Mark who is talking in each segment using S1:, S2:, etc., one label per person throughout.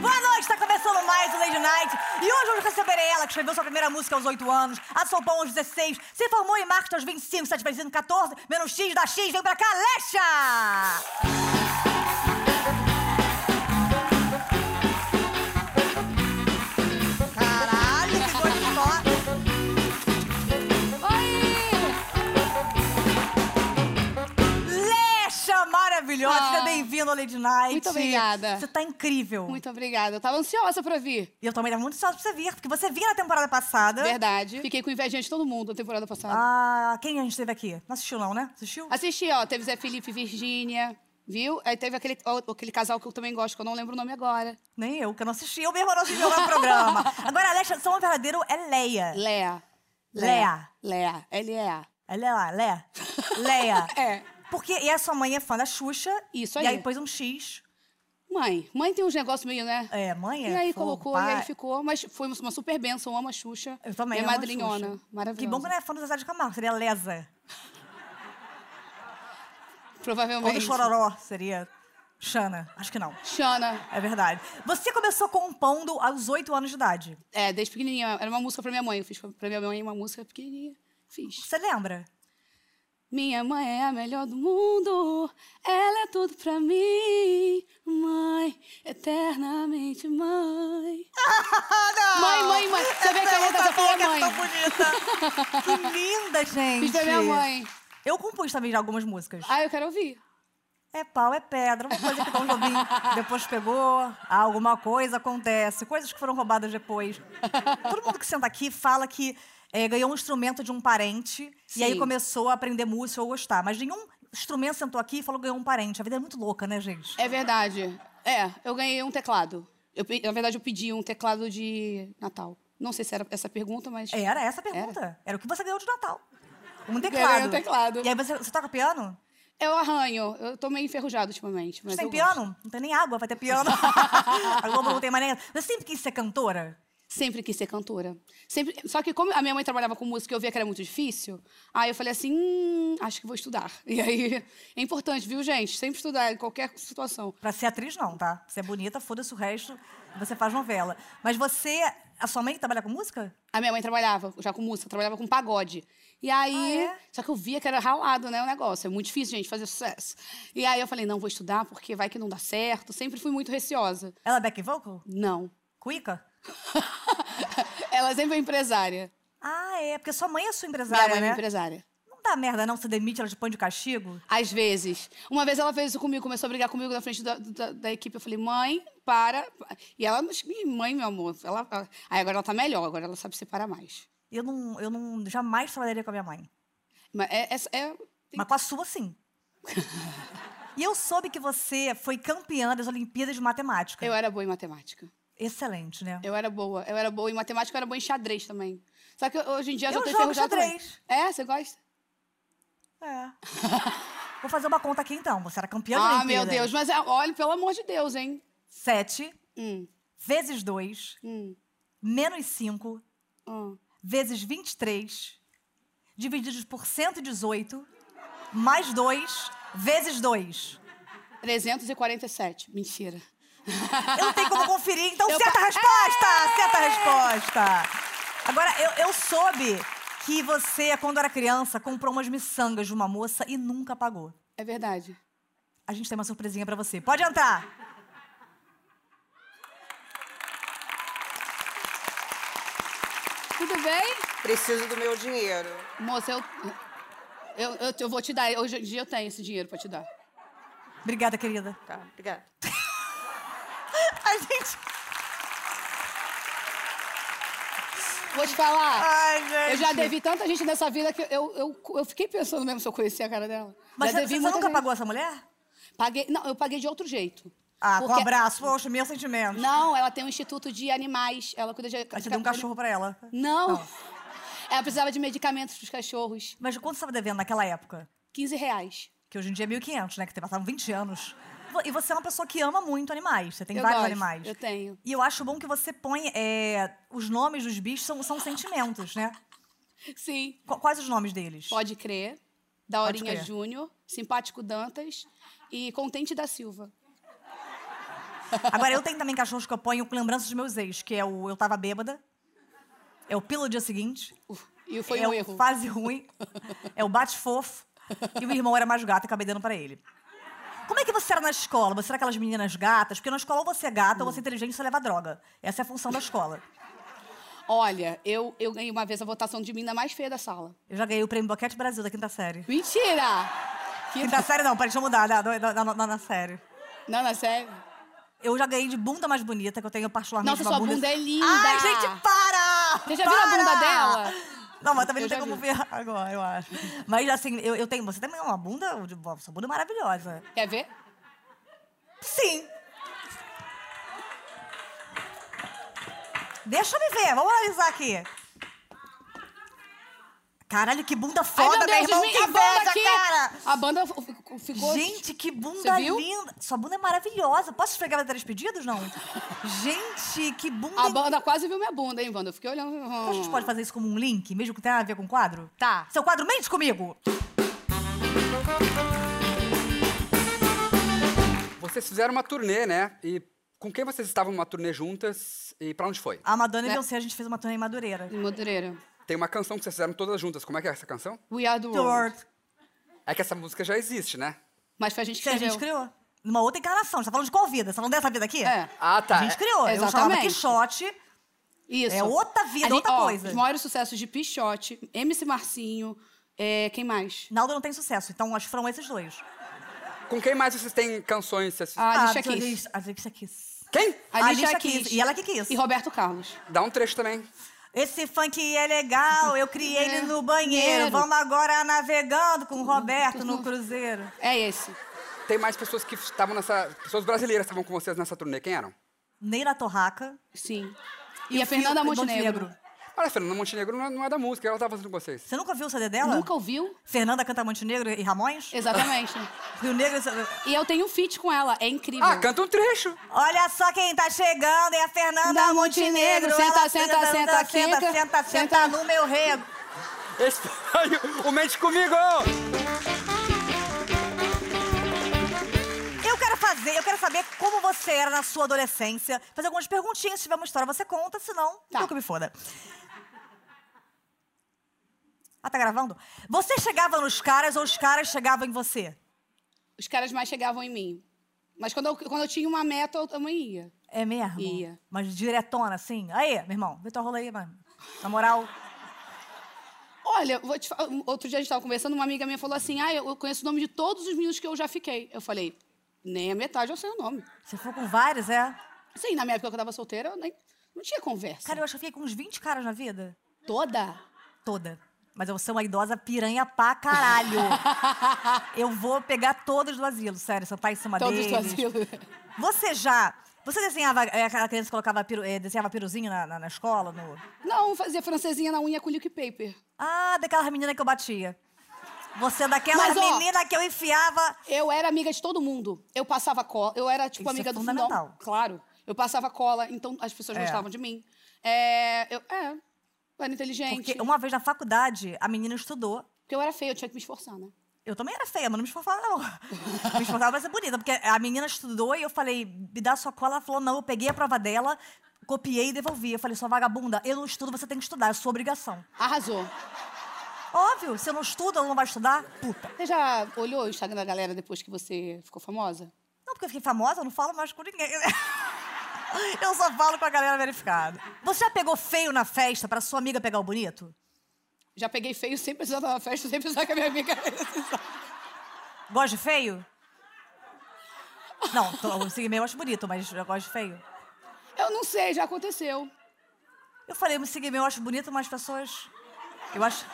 S1: Boa noite, está começando mais o Lady Night. E hoje vamos receber ela, que escreveu sua primeira música aos 8 anos, a Sopão aos 16, se formou em marketing aos 25, 7 vezes 14, menos X, dá X, vem pra cá, Alexa! Caralho, que coisa de só. Lexa maravilhosa,
S2: Ah.
S1: seja bem-vindo ao Lady Night.
S2: Muito obrigada.
S1: Você tá incrível.
S2: Muito obrigada. Eu tava ansiosa pra vir.
S1: E eu também tava muito ansiosa pra você vir, porque você vinha na temporada passada.
S2: Verdade. Fiquei com invejinha de todo mundo na temporada passada.
S1: Ah, quem a gente teve aqui? Não assistiu não, né? Assistiu?
S2: Assisti, ó. Teve Zé Felipe e Virgínia, viu? Aí teve aquele, ó, aquele casal que eu também gosto, que eu não lembro o nome agora.
S1: Nem eu, que eu não assisti. Eu mesma não assisti o programa. Agora, Alexa, são verdadeiro é Leia.
S2: Lea.
S1: Lea.
S2: Lea. L-E-A.
S1: É Leia, Leia. Leia.
S2: É.
S1: Porque, e a sua mãe é fã da Xuxa.
S2: Isso
S1: E
S2: aí.
S1: aí pôs um X.
S2: Mãe. Mãe tem uns negócios meio, né?
S1: É, mãe é
S2: E aí
S1: fogo,
S2: colocou,
S1: pai.
S2: e aí ficou. Mas foi uma super benção. Amo a Xuxa.
S1: Eu também,
S2: Minha
S1: amo a
S2: madrinhona.
S1: Xuxa.
S2: Maravilhosa.
S1: Que bom que não é fã do Zezé de Camargo, seria Lesa. Ou do
S2: Provavelmente.
S1: é Chororó, seria Xana. Acho que não.
S2: Xana.
S1: É verdade. Você começou compondo aos 8 anos de idade.
S2: É, desde pequenininha. Era uma música pra minha mãe. Eu fiz pra minha mãe uma música pequenininha. Fiz.
S1: Você lembra?
S2: Minha mãe é a melhor do mundo, ela é tudo pra mim, mãe, eternamente mãe. Mãe, mãe, mãe, você vê que a letra
S1: Essa
S2: só fala
S1: boca é
S2: mãe.
S1: tão bonita. que linda, gente.
S2: Fiz pra minha mãe.
S1: Eu compus também já algumas músicas.
S2: Ah, eu quero ouvir.
S1: É pau, é pedra, uma coisa que Tom Jobim depois pegou. Ah, alguma coisa acontece, coisas que foram roubadas depois. Todo mundo que senta aqui fala que eh, ganhou um instrumento de um parente e aí
S2: Sim.
S1: começou a aprender música ou gostar. Mas nenhum instrumento sentou aqui e falou que ganhou um parente. A vida é muito louca, né, gente?
S2: É verdade. É, eu ganhei um teclado. Eu pe- na verdade, eu pedi um teclado de Natal. Não sei se era essa pergunta, mas.
S1: Era essa a pergunta. Era. o que você ganhou de Natal. Um teclado.
S2: É. um teclado.
S1: E aí você, você toca piano?
S2: Eu arranho. Eu tô meio enferrujado ultimamente. Mas
S1: Você tem
S2: eu gosto.
S1: piano? Não tem nem água, vai ter piano. a Globo não tem mais nem. Você sempre quis ser cantora?
S2: Sempre quis ser cantora. Sempre... Só que como a minha mãe trabalhava com música e eu via que era muito difícil, aí eu falei assim, hum, acho que vou estudar. E aí, é importante, viu, gente? Sempre estudar em qualquer situação.
S1: Pra ser atriz, não, tá? Você é bonita, foda-se o resto, você faz novela. Mas você. A sua mãe trabalha com música?
S2: A minha mãe trabalhava já com música, trabalhava com pagode. E aí,
S1: Ah, é?
S2: só que eu via que era ralado, né, o negócio. É muito difícil, gente, fazer sucesso. E aí eu falei, não, vou estudar porque vai que não dá certo. Sempre fui muito receosa.
S1: Ela é back vocal?
S2: Não.
S1: Cuica?
S2: Ela sempre é empresária.
S1: Ah, é, porque sua mãe é sua
S2: Minha
S1: empresária,
S2: mãe é
S1: né?
S2: empresária.
S1: Não dá merda, não, você demite ela de pão de castigo?
S2: Às vezes. Uma vez ela fez isso comigo, começou a brigar comigo na frente da, da- da equipe. Eu falei, mãe, para. E ela, mas minha mãe, meu amor. Ela, ela- Aí agora ela tá melhor, agora ela sabe separar mais.
S1: Eu não, eu não jamais trabalharia com a minha mãe.
S2: Mas é. é- é- tem-
S1: Mas com a sua, sim. e eu soube que você foi campeã das Olimpíadas de Matemática.
S2: Eu era boa em matemática.
S1: Excelente, né?
S2: Eu era boa. Eu era boa em matemática, eu era boa em xadrez também. Só que hoje em dia
S1: Eu
S2: já tô
S1: jogo
S2: enferrujada também.
S1: xadrez.
S2: É, você gosta?
S1: É. Vou fazer uma conta aqui então. Você era campeã da
S2: ah,
S1: Olimpíada.
S2: meu Deus. Mas é- olha, pelo amor de Deus, hein?
S1: Sete
S2: Hum,
S1: vezes dois,
S2: hum,
S1: menos cinco,
S2: hum.
S1: vezes 23, divididos por 118, mais 2, vezes 2.
S2: 347. Mentira.
S1: Eu não tenho como conferir, então
S2: Eu
S1: certa
S2: pa- É!
S1: a resposta! Certa a resposta! Agora, eu, eu soube que você, quando era criança, comprou umas miçangas de uma moça e nunca pagou.
S2: É verdade.
S1: A gente tem uma surpresinha pra você. Pode entrar!
S2: Tudo bem?
S3: Preciso do meu dinheiro.
S2: Moça, eu, eu, eu, eu vou te dar. Hoje em dia eu tenho esse dinheiro pra te dar.
S1: Obrigada, querida.
S3: Tá, obrigada.
S1: A gente.
S2: Vou te falar.
S1: Ai, gente.
S2: eu já devi tanta gente nessa vida que eu, eu, eu fiquei pensando mesmo se eu conhecia a cara dela.
S1: Mas
S2: já
S1: você,
S2: devi
S1: você
S2: muita
S1: nunca
S2: gente.
S1: pagou essa mulher?
S2: Paguei, não, eu paguei de outro jeito.
S1: Ah, com
S2: Porque-
S1: abraço. Poxa, meu sentimento.
S2: Não, ela tem um instituto de animais. Ela cuida de.
S1: Aí você deu um cachorro pra ela.
S2: Não. Ela precisava de medicamentos pros cachorros.
S1: Mas quanto você estava devendo naquela época?
S2: 15 reais.
S1: Que hoje em dia é 1.500, né? Que te passaram 20 anos. Vo- E você é uma pessoa que ama muito animais. Você tem
S2: Eu
S1: vários
S2: gosto,
S1: animais.
S2: eu tenho.
S1: E eu acho bom que você põe... é, os nomes dos bichos são, são sentimentos, né?
S2: Sim.
S1: Qu- Quais os nomes deles?
S2: Pode crer. Daorinha
S1: crer.
S2: Júnior, Simpático Dantas e Contente da Silva.
S1: Agora, eu tenho também cachorros que eu ponho com lembranças dos meus ex, que é o Eu Tava Bêbada, é o Pila o Dia Seguinte,
S2: Uf, E foi
S1: é
S2: um
S1: o
S2: erro.
S1: Fase Ruim, é o Bate Fofo, e o irmão era mais gato e acabei dando pra ele. Como é que você era na escola? Você era aquelas meninas gatas? Porque na escola ou você é gata, ou você é inteligente, você leva droga. Essa é a função da escola.
S2: Olha, eu, eu ganhei uma vez a votação de mina mais feia da sala.
S1: Eu já ganhei o prêmio Boquete Brasil da quinta série.
S2: Mentira! Que...
S1: Quinta série não, peraí, deixa eu mudar, da, da, da, da- da série.
S2: Não, não, sério.
S1: Eu já ganhei de bunda mais bonita, que eu tenho particularmente
S2: Nossa,
S1: uma
S2: sua
S1: bunda...
S2: bunda é linda!
S1: Ai, gente, para!
S2: Você já viu a bunda
S1: Para!
S2: dela?
S1: Não, mas também não tem
S2: Eu já
S1: como
S2: vi.
S1: ver agora, eu acho. Mas assim, eu, eu tenho. Você também é uma bunda. Sua bunda é maravilhosa.
S2: Quer ver?
S1: Sim! Deixa eu me ver, vamos analisar aqui. Caralho, que bunda foda, meu, irmão!
S2: me-
S1: Que
S2: a banda
S1: inveja,
S2: aqui!
S1: cara!
S2: A banda f- f- ficou...
S1: Gente, que bunda
S2: Você viu?
S1: linda! Sua bunda é maravilhosa. Posso esfregar pra três pedidos, não? Gente, que bunda
S2: A banda quase viu minha bunda, hein, Wanda? Eu fiquei olhando...
S1: Então
S2: hum,
S1: A gente pode fazer isso como um link, mesmo que tenha a ver com o quadro?
S2: Tá.
S1: Seu quadro mente comigo!
S4: Vocês fizeram uma turnê, né? E com quem vocês estavam numa turnê juntas e pra onde foi?
S1: A Madonna e
S2: Né?
S1: Beyoncé, a gente fez uma turnê em Madureira.
S2: Madureira.
S4: Tem uma canção que vocês fizeram todas juntas. Como é que é essa canção?
S2: We are the world.
S1: World.
S4: É que essa música já existe, né?
S2: Mas foi a gente que
S1: Que a gente
S2: escreveu.
S1: criou. Numa outra encarnação. Você tá falando de qual vida? Você tá falando dessa vida aqui?
S2: É.
S4: Ah, tá.
S1: A gente criou. Eu chamava
S2: Exatamente.
S1: Quixote.
S2: Isso.
S1: É outra vida,
S2: A gente-
S1: outra
S2: ó,
S1: coisa.
S2: Os maiores sucessos de Pichote, MC Marcinho, é, quem mais?
S1: Naldo não tem sucesso, então acho que foram esses dois.
S4: Com quem mais vocês têm canções? Vocês...
S1: Ah.
S2: A Alicia Keys.
S1: Alicia- Alicia Keys.
S4: Quem?
S1: Alicia Keys. E ela que quis.
S2: E Roberto Carlos.
S4: Dá um trecho também.
S1: Esse funk é legal, eu criei ele
S2: É.
S1: no banheiro.
S2: Banheiro.
S1: Vamos agora navegando com o Roberto no cruzeiro.
S2: É esse.
S4: Tem mais pessoas que estavam nessa... Pessoas brasileiras que estavam com vocês nessa turnê. Quem eram?
S1: Neira Torraca.
S2: Sim. E, a Fernanda
S1: Fio-
S2: Montenegro.
S4: Olha, Fernanda Montenegro não é, não é da música. Ela tava fazendo com vocês.
S1: Você nunca viu o CD dela?
S2: Nunca É. ouviu?
S1: Fernanda canta Montenegro e Ramões?
S2: Exatamente.
S1: Rio Negro.
S2: e eu tenho um feat com ela. É incrível.
S4: Ah, canta um trecho.
S1: Olha só quem tá chegando, é a Fernanda
S2: Da Montenegro.
S1: Montenegro.
S2: Senta,
S1: Ela
S2: senta,
S1: anda,
S2: senta,
S1: anda, senta,
S2: quica.
S1: senta,
S2: Senta.
S1: senta no meu rego.
S4: Esse foi o- o Mente Comigo!
S1: Eu quero fazer, eu quero saber como você era na sua adolescência. Fazer algumas perguntinhas, se tiver uma história você conta, senão
S2: Tá.
S1: eu que me foda. Ah, tá gravando? Você chegava nos caras ou os caras chegavam em você?
S2: Os caras mais chegavam em mim. Mas quando eu, quando eu tinha uma meta, eu também ia.
S1: É mesmo?
S2: Ia.
S1: Mas diretona, assim? Aí, meu irmão, vê tua rola aí, mano. Na moral.
S2: Olha, vou te fa- outro dia a gente tava conversando, uma amiga minha falou assim: Ah, eu eu conheço o nome de todos os meninos que eu já fiquei. Eu falei, nem a metade eu sei o nome.
S1: Você foi com vários, é?
S2: Sim, na minha época que eu tava solteira, eu nem, não tinha conversa.
S1: Cara, eu acho que eu fiquei com uns 20 caras na vida.
S2: Toda.
S1: Toda. Mas eu sou uma idosa piranha pra caralho. eu vou pegar todos do asilo, sério. Sentar em cima
S2: Todos
S1: deles.
S2: do asilo.
S1: Você já... Você desenhava... é, Aquela criança que colocava peru, é, desenhava peruzinho na, na, na escola? No...
S2: Não, fazia francesinha na unha com liquid paper.
S1: Ah, daquela menina que eu batia. Você é daquela
S2: Mas, ó,
S1: menina que eu enfiava...
S2: Eu era amiga de todo mundo. Eu passava cola. Eu era, tipo,
S1: Isso é
S2: amiga do
S1: fundamental.
S2: fundão. Claro. Eu passava cola, então as pessoas
S1: É.
S2: gostavam de mim. É, eu, é, eu era inteligente.
S1: Porque
S2: Porque eu...
S1: uma vez na faculdade, a menina estudou.
S2: era feia, eu tinha que me esforçar, né?
S1: Eu também era feia, mas não me esforçava, não. me esforçava pra ser bonita, porque a menina estudou e eu falei, me dá sua cola. Ela falou, não, eu peguei a prova dela, copiei e devolvi. Eu falei, sua vagabunda, eu não estudo, você tem que estudar, é sua obrigação.
S2: Arrasou.
S1: Óbvio, se eu não estudo, ela não vai estudar, puta.
S2: Você já olhou o Instagram da galera depois que você ficou famosa?
S1: Não, porque eu fiquei famosa, eu não falo mais com ninguém. eu só falo com a galera verificada. Você já pegou feio na festa pra sua amiga pegar o bonito?
S2: Já peguei feio sem precisar estar na festa, sem precisar que a minha amiga...
S1: Gosta de feio? Não, tô, o signo eu acho bonito, mas eu gosto de feio.
S2: eu não sei, já aconteceu.
S1: Eu falei, me seguir, eu acho bonito, mas pessoas. Eu acho.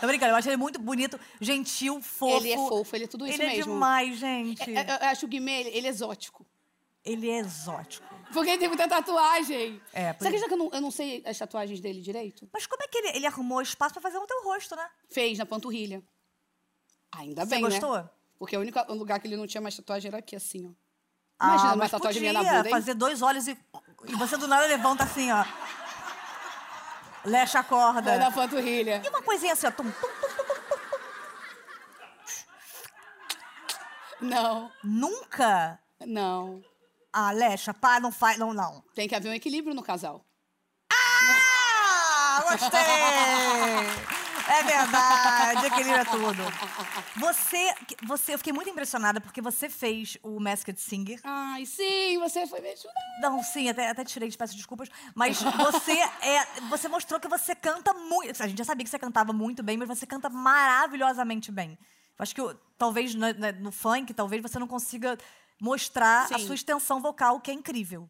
S1: Tô brincando, eu acho ele muito bonito, gentil, fofo.
S2: Ele é fofo, ele é tudo isso
S1: Ele é
S2: mesmo.
S1: demais, gente.
S2: Eu, eu acho o Guimê, ele, ele é exótico.
S1: Ele é exótico.
S2: Porque ele tem muita tatuagem.
S1: É, por
S2: Você acredita que eu não, eu não sei as tatuagens dele direito?
S1: Mas como é que ele, ele arrumou espaço pra fazer o teu rosto, né?
S2: Fez na panturrilha. Ainda
S1: Você
S2: bem,
S1: gostou?
S2: né? Porque o único lugar que ele não tinha mais tatuagem era aqui, assim, ó.
S1: Ah,
S2: Imagina uma
S1: mas
S2: tatuagem minha
S1: podia
S2: na bunda, hein?
S1: fazer dois olhos e, e você do nada levanta assim, ó. Lecha a corda.
S2: Foi na panturrilha.
S1: E uma coisinha assim, ó. Tum, tum, tum.
S2: Não,
S1: Nunca.
S2: não.
S1: Ah, Lecha, pá, não faz, não, não.
S2: Tem que haver um equilíbrio no casal.
S1: Ah, gostei! É verdade, equilíbrio é tudo. Você, você, eu fiquei muito impressionada porque você fez o Masked Singer.
S2: Ai, sim, você foi me ajudar.
S1: Não, sim, até, até tirei, te peço desculpas. Mas você é, você mostrou que você canta muito. A gente já sabia que você cantava muito bem, mas você canta maravilhosamente bem. Eu acho que eu- talvez na- na- no, funk, talvez você não consiga mostrar a
S2: Sim.
S1: sua extensão vocal, que é incrível.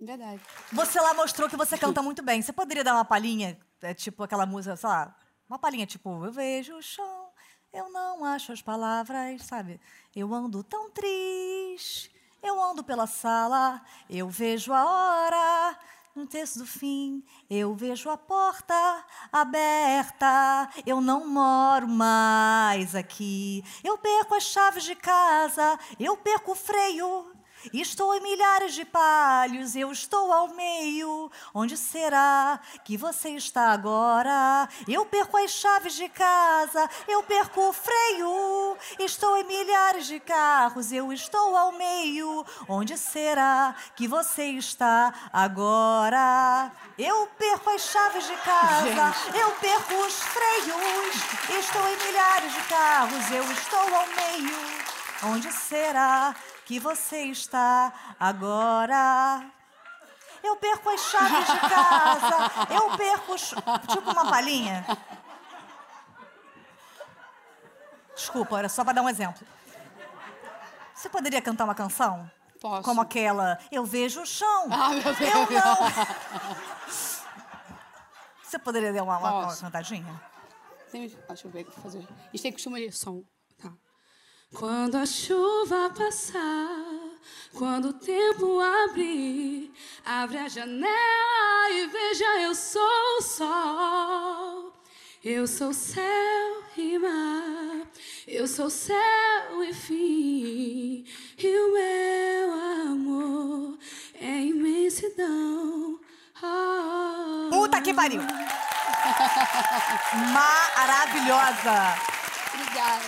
S2: Verdade.
S1: Você lá mostrou que você canta muito bem. Você poderia dar uma palhinha, é, tipo aquela música, sei lá, uma palhinha tipo Eu vejo o chão, eu não acho as palavras, sabe? Eu ando tão triste, eu ando pela sala, eu vejo a hora, um terço do fim, eu vejo a porta aberta, eu não moro mais aqui, eu perco as chaves de casa, eu perco o freio. Estou em milhares de palhos, eu estou ao meio. Onde será que você está agora? Eu perco as chaves de casa, eu perco o freio. Estou em milhares de carros, eu estou ao meio. Onde será que você está agora? Eu perco as chaves de casa, eu perco os freios. Estou em milhares de carros, eu estou ao meio. Onde será que você está agora? Eu perco as chaves de casa, eu perco os... Tipo uma palhinha. Desculpa, era só para dar um exemplo. Você poderia cantar uma canção?
S2: Posso.
S1: Como aquela, eu vejo o chão,
S2: Ah, meu Deus.
S1: eu não. Você poderia dar uma, uma
S2: Posso.
S1: cantadinha?
S2: Tem, um- ah, deixa eu ver, vou fazer. é A gente tem costume de som. Tá. Quando a chuva passar, quando o tempo abrir, abre a janela e veja eu sou o sol. Eu sou céu e mar, eu sou céu e fim, e o meu amor é imensidão. Oh, oh.
S1: Puta que pariu! Maravilhosa!
S2: Obrigada.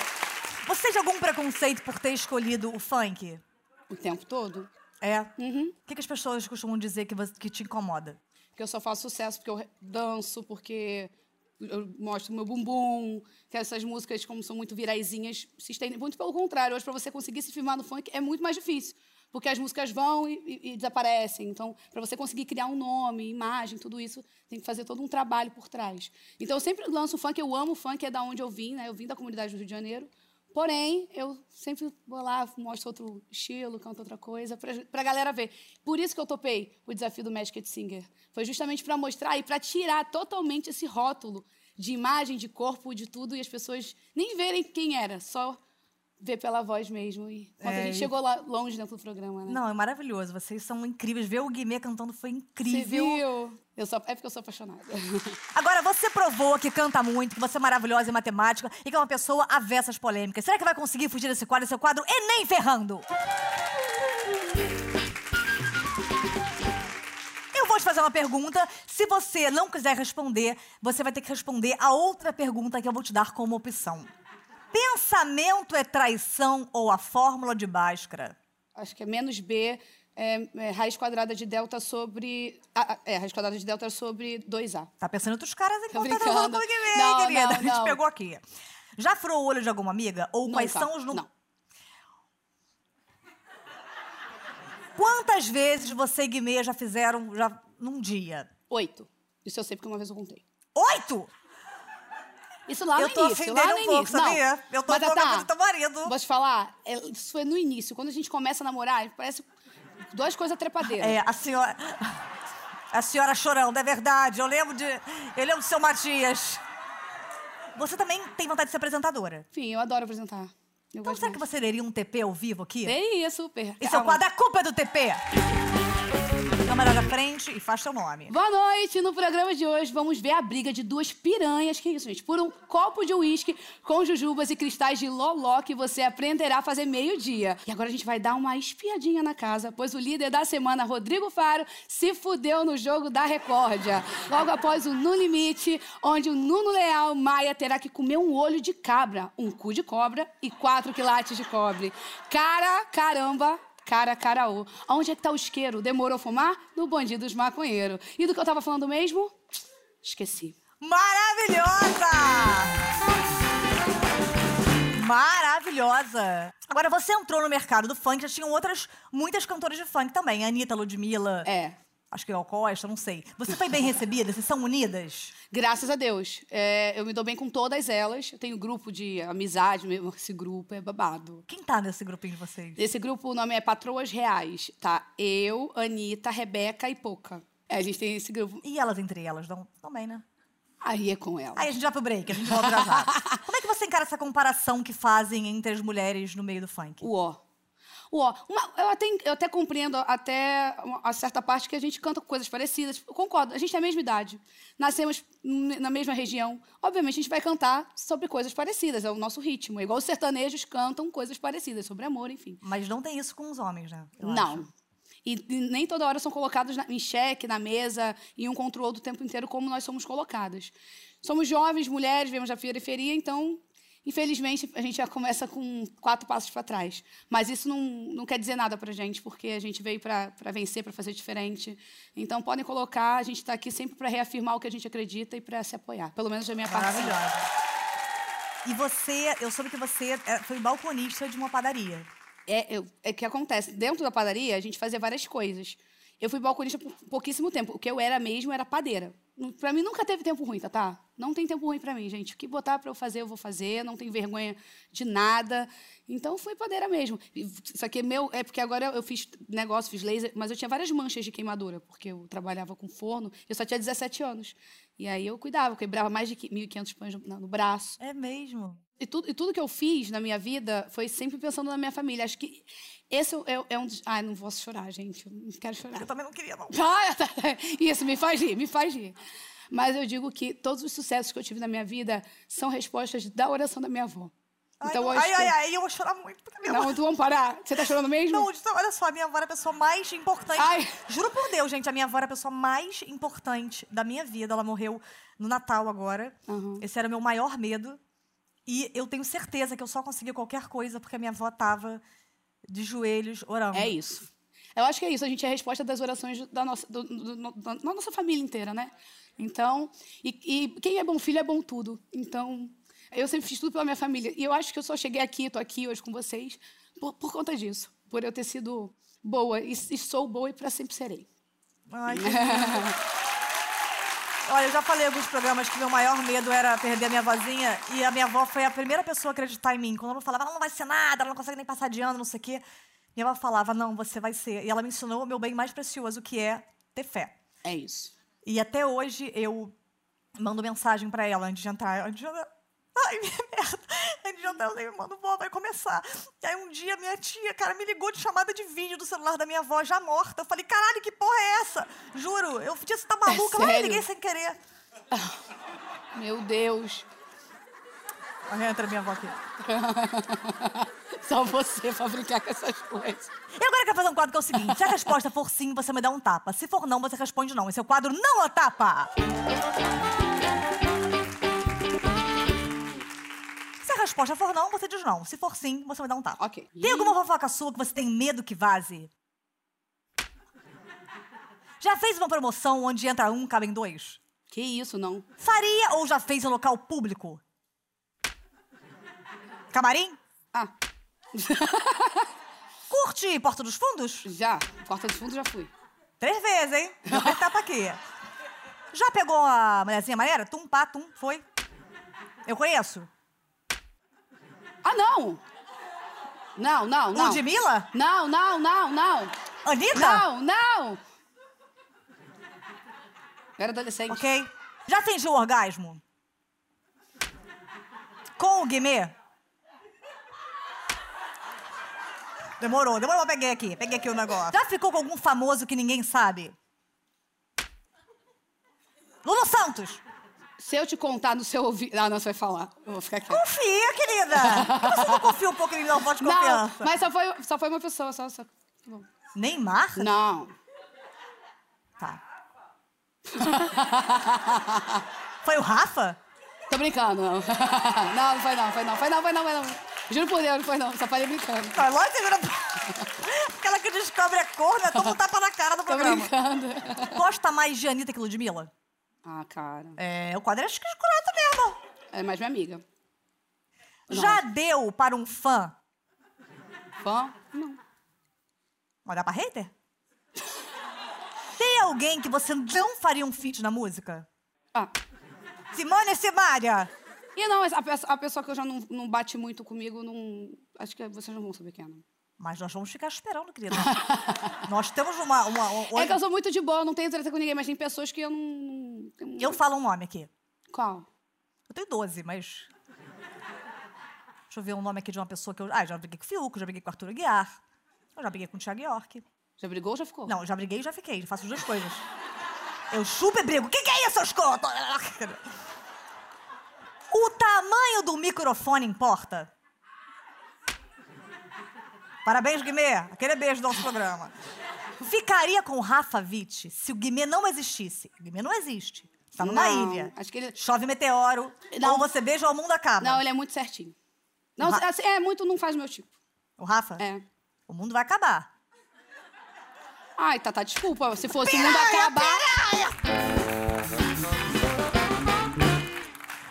S1: Você tem algum preconceito por ter escolhido o funk?
S2: O tempo todo? Uhum.
S1: É? O que, que as pessoas costumam dizer que, você- que te incomoda?
S2: Porque eu só faço sucesso porque eu re- danço, porque eu mostro meu bumbum, que essas músicas, como são muito viraizinhas, se estendem. Muito pelo contrário, hoje pra você conseguir se firmar no funk é muito mais difícil. Porque as músicas vão e, e- e desaparecem. Então, pra você conseguir criar um nome, imagem, tudo isso, tem que fazer todo um trabalho por trás. Então, eu sempre lanço funk, eu amo funk, é da onde eu vim, né? Eu vim da comunidade do Rio de Janeiro. Porém, eu sempre vou lá, mostro outro estilo, canto outra coisa, pra, pra galera ver. Por isso que eu topei o desafio do Masked Singer. Foi justamente pra mostrar e pra tirar totalmente esse rótulo de imagem, de corpo, de tudo, e as pessoas nem verem quem era, só ver pela voz mesmo. E quanto
S1: É,
S2: a gente
S1: e-
S2: chegou lá longe dentro do programa, né?
S1: Não, é maravilhoso. Vocês são incríveis. Ver o Guimê cantando foi
S2: Você
S1: incrível.
S2: viu? Eu sou, é porque eu sou apaixonada.
S1: Agora, você provou que canta muito, que você é maravilhosa em matemática e que é uma pessoa avessa às polêmicas. Será que vai conseguir fugir desse quadro? Esse é o quadro Enem Ferrando! Eu vou te fazer uma pergunta. Se você não quiser responder, você vai ter que responder a outra pergunta que eu vou te dar como opção. Pensamento é traição ou a fórmula de Bhaskara?
S2: Acho que é menos B, é, é, raiz quadrada de delta sobre... ah, ah, é, raiz quadrada de delta sobre 2A.
S1: Tá pensando em outros caras
S2: Tô
S1: enquanto tá
S2: brincando.
S1: falando que vem,
S2: Não,
S1: querida.
S2: não,
S1: A gente
S2: não.
S1: pegou aqui. Já furou o olho de alguma amiga? Ou quais
S2: Nunca,
S1: são os números?
S2: não.
S1: Quantas vezes você e Guimê já fizeram já num dia?
S2: Oito. Isso eu sei porque uma vez eu contei.
S1: Oito?
S2: Isso lá
S1: Eu
S2: no
S1: tô
S2: início,
S1: ofendendo
S2: lá no
S1: um
S2: início.
S1: pouco, sabia?
S2: Não.
S1: Eu tô
S2: Mas,
S1: um pouco
S2: Tatá,
S1: afim do teu marido.
S2: Vou te falar, é, isso foi no início. Quando a gente começa a namorar, parece duas coisas trepadeiras.
S1: É, a senhora. A senhora chorando, é verdade. Eu lembro de. Eu lembro do seu Matias. Você também tem vontade de ser apresentadora.
S2: Enfim, eu adoro apresentar. Eu
S1: Então
S2: gosto
S1: será que você leria um TP ao vivo aqui?
S2: Seria super.
S1: Esse é o
S2: Calma.
S1: quadro A Culpa é do TP. câmera da frente e faz seu nome.
S2: Boa noite! No programa de hoje vamos ver a briga de duas piranhas, que isso, gente, por um copo de uísque com jujubas e cristais de loló que você aprenderá a fazer meio-dia. E agora a gente vai dar uma espiadinha na casa, pois o líder da semana, Rodrigo Faro, se fudeu no jogo da Recórdia. Logo após o No Limite, onde o Nuno Leal Maia terá que comer um olho de cabra, um cu de cobra e quatro quilates de cobre. Cara, caramba, Cara, caraú. Onde é que tá o isqueiro? Demorou fumar? No bandido dos maconheiro. E do que eu tava falando mesmo? Esqueci.
S1: Maravilhosa! Maravilhosa! Agora, você entrou no mercado do funk, já tinham outras, muitas cantoras de funk também. Anitta, Ludmilla,
S2: É.
S1: acho que Gal Costa, não sei. Você foi bem recebida? Vocês são unidas?
S2: Graças a Deus. É, eu me dou bem com todas elas. Eu tenho grupo de amizade mesmo. Esse grupo é babado.
S1: Quem tá nesse grupinho de vocês?
S2: Esse grupo, o nome é Patroas Reais, tá? Eu, Anitta, Rebeca e Poca. É, a gente tem esse grupo.
S1: E elas entre elas, dão também, né?
S2: Aí é com ela.
S1: Aí a gente vai pro break, a gente volta já já. Como é que você encara essa comparação que fazem entre as mulheres no meio do funk?
S2: O ó. O ó. Uma- eu, até, eu até compreendo até uma, a certa parte que a gente canta coisas parecidas. Eu concordo, a gente tem a mesma idade. Nascemos n- na mesma região. Obviamente, a gente vai cantar sobre coisas parecidas. É o nosso ritmo. É Igual os sertanejos cantam coisas parecidas, sobre amor, enfim.
S1: Mas não tem isso com os homens, né? Eu
S2: Não.
S1: acho.
S2: E, e nem toda hora são colocados na- em xeque, na mesa, e um contra o outro o tempo inteiro, como nós somos colocadas. Somos jovens, mulheres, viemos da periferia, então, infelizmente, a gente já começa com quatro passos para trás. Mas isso não, não quer dizer nada pra gente, porque a gente veio para vencer, para fazer diferente. Então, podem colocar, a gente está aqui sempre para reafirmar o que a gente acredita e para se apoiar. Pelo menos da minha parte. sim.
S1: Maravilhosa. Assim. E você, eu soube que você é, foi balconista de uma padaria.
S2: É, eu- é que acontece. Dentro da padaria, a gente fazia várias coisas. Eu fui balconista por pouquíssimo tempo. O que eu era mesmo era padeira. Não- Pra mim nunca teve tempo ruim, tá? tá? Não tem tempo ruim pra mim, gente. O que botar pra eu fazer, eu vou fazer. Não tenho vergonha de nada. Então fui padeira mesmo. E Isso aqui é meu. É porque agora eu fiz negócio, fiz laser, mas eu tinha várias manchas de queimadura, porque eu trabalhava com forno. Eu só tinha 17 anos. E aí eu cuidava, quebrava mais de 1.500 pães no- no braço.
S1: É mesmo?
S2: E tudo, e tudo que eu fiz na minha vida foi sempre pensando na minha família. Acho que esse é, é- é um dos. Ai, não posso chorar, gente. Eu não quero chorar.
S1: Eu também não queria, não.
S2: Ah, tá, tá. Isso, me faz rir, me faz rir. Mas eu digo que todos os sucessos que eu tive na minha vida são respostas da oração da minha avó.
S1: Ai,
S2: Então
S1: não-
S2: hoje.
S1: ai, ai, ai, eu vou chorar muito, Camila.
S2: Não, tu vamos parar? Você tá chorando mesmo?
S1: Não, então, olha só, a minha avó era a pessoa mais importante.
S2: Ai.
S1: Juro por Deus, gente, a minha avó era a pessoa mais importante da minha vida. Ela morreu no Natal agora.
S2: Aham.
S1: Esse era o meu maior medo. E eu tenho certeza que eu só consegui qualquer coisa porque a minha avó tava de joelhos orando.
S2: É isso. Eu acho que é isso. A gente é a resposta das orações da nossa, do- do- do- da da nossa família inteira, né? Então, e, e quem é bom filho é bom tudo. Então, eu sempre fiz tudo pela minha família. E eu acho que eu só cheguei aqui, tô aqui hoje com vocês, por, por conta disso. Por eu ter sido boa. E, e sou boa e pra sempre serei.
S1: Ai, que lindo. Olha, eu já falei em alguns programas que meu maior medo era perder a minha vozinha. E a minha avó foi a primeira pessoa a acreditar em mim. Quando ela falava, ela não vai ser nada, ela não consegue nem passar de ano, não sei o quê. Minha avó falava, não, você vai ser. E ela me ensinou o meu bem mais precioso, que é ter fé.
S2: É isso.
S1: E até hoje eu mando mensagem pra ela antes de entrar. Antes de entrar. Ai, minha merda. Antes de entrar, eu sempre mando, vó, vai começar. E aí um dia minha tia, cara, me ligou de chamada de vídeo do celular da minha avó, já morta. Eu falei, caralho, que porra é essa? Juro, eu podia você tá maluca, mas eu
S2: sério?
S1: liguei sem querer.
S2: Meu Deus.
S1: Aí entra minha avó aqui.
S2: Só você pra brincar com essas coisas.
S1: E agora eu quero fazer um quadro que é o seguinte: se a resposta for sim, você me dá um tapa. Se for não, você responde não. Esse é o quadro Não a Tapa! Se a resposta for não, você diz não. Se for sim, você me dá um tapa.
S2: Ok.
S1: Tem alguma fofoca sua que você tem medo que vaze? Já fez uma promoção onde entra um, cabem dois?
S2: Que isso, não.
S1: Faria ou já fez em local público? Camarim?
S2: Ah,
S1: Curte Porta dos Fundos?
S2: já. Porta dos fundos já fui.
S1: Três vezes, hein? Vou dar tapa aqui. Já pegou a mulherzinha maneira? Tum, pá, tum, foi. Eu conheço.
S2: Ah, não! Não, não, não.
S1: Ludmilla?
S2: Não, não, não, não.
S1: Anitta?
S2: Não, não! Eu era adolescente.
S1: Ok. Já fingiu um orgasmo? Com o Guimê? Demorou, demorou, mas peguei aqui. Peguei aqui o negócio. Já ficou com algum famoso que ninguém sabe? Lulu Santos!
S2: Se eu te contar no seu ouvido. Ah, não, você vai falar. Eu vou ficar quieta.
S1: Confia, querida! Por que Você não confia um pouco em mim, não? Pode
S2: Não,
S1: confiança.
S2: mas só foi, só foi uma pessoa, só. só. Tá bom.
S1: Neymar?
S2: Não.
S1: Tá. Foi o Rafa?
S2: Tô brincando, não. Não, não foi não, foi não, foi não, foi não, foi não. Juro por Deus, não foi não. Só falei brincando.
S1: Tá, lógico que era... Aquela que descobre a corna, toma um tapa na cara do
S2: Tô
S1: programa.
S2: brincando.
S1: Gosta mais de Anitta que Ludmilla?
S2: Ah, cara.
S1: É, o quadro era escroto mesmo.
S2: É mais minha amiga.
S1: Já deu para um fã?
S2: Fã? Não.
S1: Olha pra hater? Tem alguém que você não faria um feat na música?
S2: Ah.
S1: Simone e Simaria!
S2: E não, a, pe- a pessoa que eu já não, não bate muito comigo, não. Acho que vocês não vão saber quem é, não.
S1: Mas nós vamos ficar esperando, querida. nós temos uma. uma, um- uma-
S2: É que eu sou muito de boa, eu não tenho treta com ninguém, mas tem pessoas que eu não. não tenho-
S1: Eu falo um nome aqui.
S2: Qual?
S1: Eu tenho 12, mas. Deixa eu ver um nome aqui de uma pessoa que eu. Ah, já briguei com o Fiuk, já briguei com o Arthur Aguiar. Eu já briguei com o Thiago York.
S2: Já brigou ou já ficou?
S1: Não, já briguei e já fiquei. Já faço as duas coisas. Eu super brigo. O que, que é isso, seus escoto? O tamanho do microfone importa? Parabéns, Guimê. Aquele beijo do nosso programa. Ficaria com o Rafa Witt se o Guimê não existisse. O Guimê não existe. Está numa
S2: Não,
S1: ilha.
S2: acho que ele-
S1: Chove meteoro.
S2: Não.
S1: Ou você beija ou o mundo acaba.
S2: Não, ele é muito certinho. Não,
S1: Ra-
S2: assim, é muito, não faz meu tipo.
S1: O Rafa?
S2: É.
S1: O mundo vai acabar.
S2: Ai, Tata, desculpa. Se fosse o mundo acabar.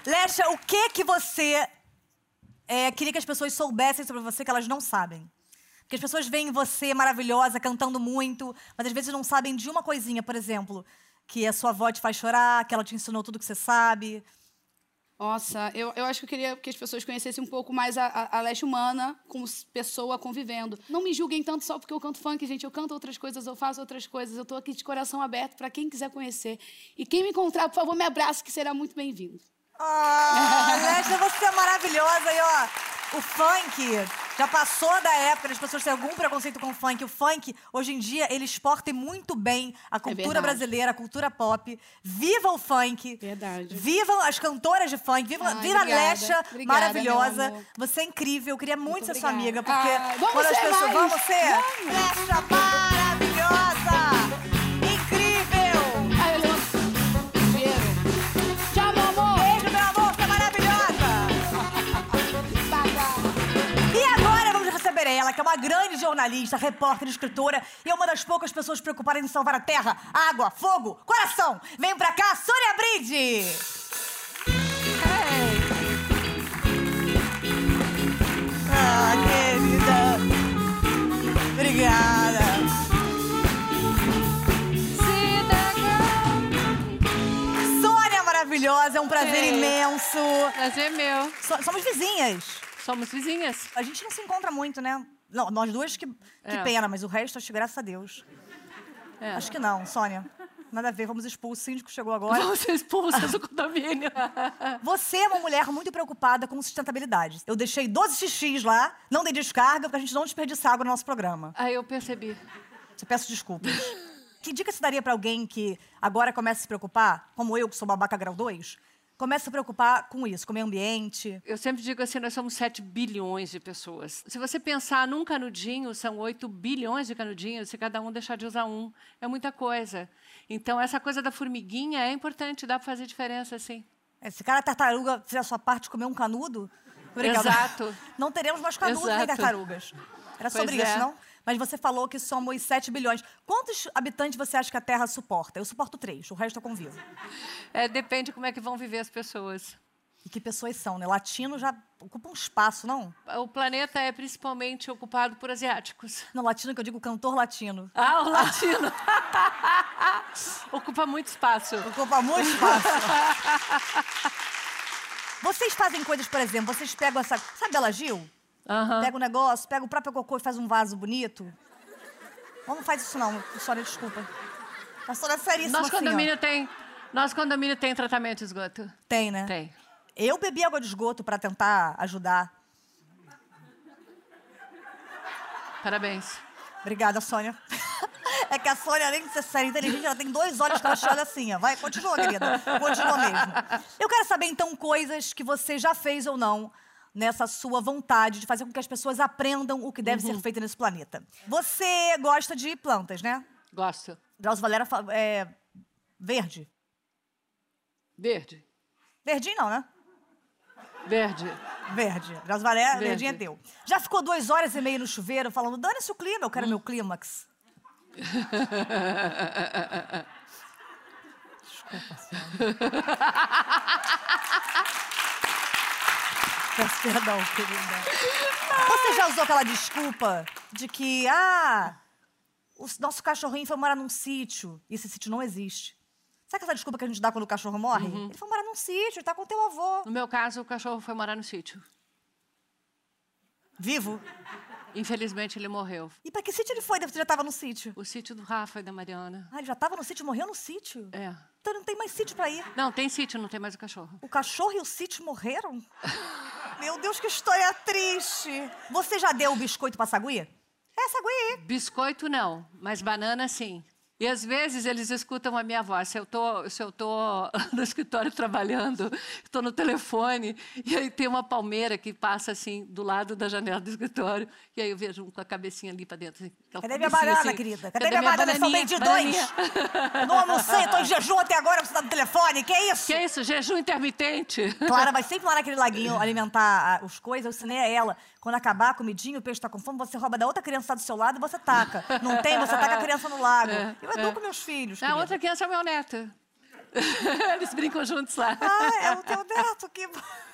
S1: Lesha, o que que você é, queria que as pessoas soubessem sobre você que elas não sabem? Porque as pessoas veem você maravilhosa, cantando muito, mas às vezes não sabem de uma coisinha, por exemplo, que a sua avó te faz chorar, que ela te ensinou tudo que você sabe.
S2: Nossa, eu, eu acho que eu queria que as pessoas conhecessem um pouco mais a, a, a leste humana como s- pessoa convivendo. Não me julguem tanto só porque eu canto funk, gente. Eu canto outras coisas, eu faço outras coisas. Eu tô aqui de coração aberto pra quem quiser conhecer. E quem me encontrar, por favor, me abrace, que será muito bem-vindo.
S1: Ah, Lesha, você é maravilhosa. E ó, o funk já passou da época das pessoas terem algum preconceito com o funk. O funk, hoje em dia, ele exporta muito bem a cultura
S2: É verdade.
S1: brasileira, a cultura pop. Viva o funk.
S2: Verdade.
S1: Vivam as cantoras de funk. Viva,
S2: Ai,
S1: vira
S2: obrigada.
S1: Lesha,
S2: Obrigada,
S1: maravilhosa.
S2: meu amor.
S1: Você é incrível. Eu queria muito,
S2: Muito
S1: ser sua
S2: obrigada.
S1: amiga, porque
S2: Ai, vamos
S1: quando as
S2: ser
S1: pessoas
S2: mais.
S1: vamos ser. Lesha maravilhosa! Incrível!
S2: Ai, eu levanto. Cheiro. Tchau, meu amor.
S1: Beijo, meu amor, você é maravilhosa!
S2: Bye, bye.
S1: E agora vamos receber ela, que é uma grande jornalista, repórter, escritora e é uma das poucas pessoas preocupadas em salvar a terra, água, fogo, coração. Vem pra cá, Sônia Bride! Ah, querida. Obrigada. Sônia maravilhosa, é um prazer
S5: Ei.
S1: imenso.
S5: Prazer é meu.
S1: So- somos vizinhas.
S5: Somos vizinhas.
S1: A gente não se encontra muito, né? Não, nós duas que, que
S5: É.
S1: pena, mas o resto, acho que graças a Deus.
S5: É.
S1: Acho que não, Sônia. Nada a ver, vamos expulso. O síndico chegou agora.
S5: Vamos ser expulsas do condomínio.
S1: Você é uma mulher muito preocupada com sustentabilidade. Eu deixei 12 xixis lá, não dei descarga, porque a gente não desperdiça água no nosso programa.
S5: Aí eu percebi.
S1: Te peço desculpas. que dica você daria pra alguém que agora começa a se preocupar, como eu, que sou babaca grau 2, começa a se preocupar com isso, com o meio ambiente?
S5: Eu sempre digo assim, nós somos 7 bilhões de pessoas. Se você pensar num canudinho, são 8 bilhões de canudinhos, se cada um deixar de usar um. É muita coisa. Então, essa coisa da formiguinha é importante, dá para fazer diferença, sim.
S1: Se cara é tartaruga fizer a sua parte de comer um canudo, obrigada.
S5: Exato.
S1: Não teremos mais canudos nem
S5: Exato.
S1: tartarugas. Era sobre
S5: Pois é.
S1: isso, não? Mas você falou que somos 7 bilhões. Quantos habitantes você acha que a Terra suporta? Eu suporto três, o resto eu convivo.
S5: É, depende como é que vão viver as pessoas.
S1: E que pessoas são, né? Latino já ocupa um espaço, não?
S5: O planeta é principalmente ocupado por asiáticos.
S1: Não, latino que eu digo cantor latino.
S5: Ah, o latino! Ocupa muito espaço.
S1: Ocupa muito espaço. Vocês fazem coisas, por exemplo, vocês pegam essa. Sabe Bela Gil?
S5: Aham.
S1: Pega o negócio, pega o próprio cocô e faz um vaso bonito. Vamos faz isso não, Sônia, desculpa. A Sônia é seríssima
S5: Nosso
S1: assim, ó.
S5: condomínio tem. Nosso condomínio tem tratamento de esgoto.
S1: Tem, né?
S5: Tem.
S1: Eu bebi água de esgoto pra tentar ajudar.
S5: Parabéns.
S1: Obrigada, Sônia. É que a Sônia, além de ser séria e inteligente, ela tem dois olhos que ela chora assim, ó. Vai, continua, querida. Continua mesmo. Eu quero saber, então, coisas que você já fez ou não nessa sua vontade de fazer com que as pessoas aprendam o que deve
S5: Uhum.
S1: ser feito nesse planeta. Você gosta de plantas, né?
S5: Gosto.
S1: Drauzio Valera fa- é... Verde.
S5: Verde.
S1: Verdinho não, né?
S5: Verde.
S1: Verde. Drauzio Valera,
S5: Verde.
S1: verdinho é teu. Já ficou duas horas e meia no chuveiro falando, dane-se o clima, eu quero meu clímax. Peço perdão, querida. Você já usou aquela desculpa de que, ah, o s- nosso cachorrinho foi morar num sítio e esse sítio não existe? Sabe aquela desculpa que a gente dá quando o cachorro morre? Ele foi morar num sítio, tá com teu avô.
S5: No meu caso, o cachorro foi morar no sítio.
S1: Vivo?
S5: Infelizmente, ele morreu.
S1: E pra que sítio ele foi? Você já tava no sítio.
S5: O sítio do Rafa e da Mariana.
S1: Ah, ele já tava no sítio, morreu no sítio?
S5: É.
S1: Então não tem mais sítio pra ir.
S5: Não, tem sítio, não tem mais o cachorro.
S1: O cachorro e o sítio morreram? Meu Deus, que história triste. Você já deu o biscoito pra sagui? É, sagui.
S5: Biscoito não, mas banana sim. E às vezes eles escutam a minha voz. Se eu tô, se eu tô no escritório trabalhando, estou no telefone, e aí tem uma palmeira que passa assim do lado da janela do escritório, e aí eu vejo um com a cabecinha ali para dentro. assim, aquela
S1: Cadê minha
S5: cabecinha,
S1: banana,
S5: assim,
S1: querida? Cadê, minha, banana? Eu sou meio de dois.
S5: Bananinha?
S1: Não almocei, tô em jejum até agora, você tá no telefone. Que isso?
S5: Que é isso? Jejum intermitente?
S1: Clara vai sempre lá naquele laguinho alimentar a- os coisas. Eu ensinei a ela. Quando acabar a comidinha, o peixe tá com fome, você rouba da outra criança que tá do seu lado e você taca. Não tem, você taca a criança no lago. Eu educo meus filhos.
S5: A
S1: querida.
S5: outra criança é o meu neto. Eles brincam juntos lá.
S1: Ah, é o teu neto que.